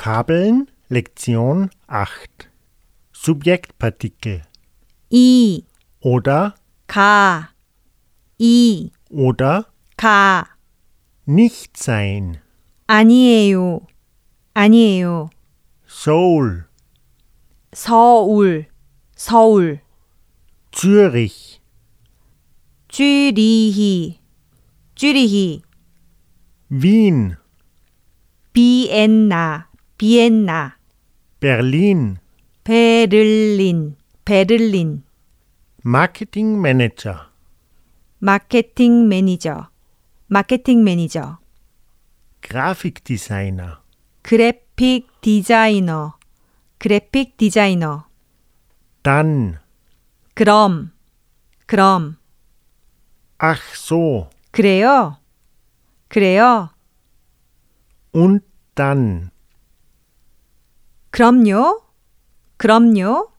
Vokabeln Lektion 8 Subjektpartikel 이, oder 가, 이, oder 가, nicht sein 아니에요, 아니에요, Seoul 서울, 서울, Zürich 쥐리히, 쥐리히, Wien 비엔나, 비엔나, Berlin 베를린, 베를린, Marketingmanager 마케팅 매니저, 마케팅 매니저, Grafikdesigner 그래픽 디자이너, 그래픽 디자이너, dann 그럼, 그럼, ach so 그래요, 그래요, und dann 그럼요. 그럼요.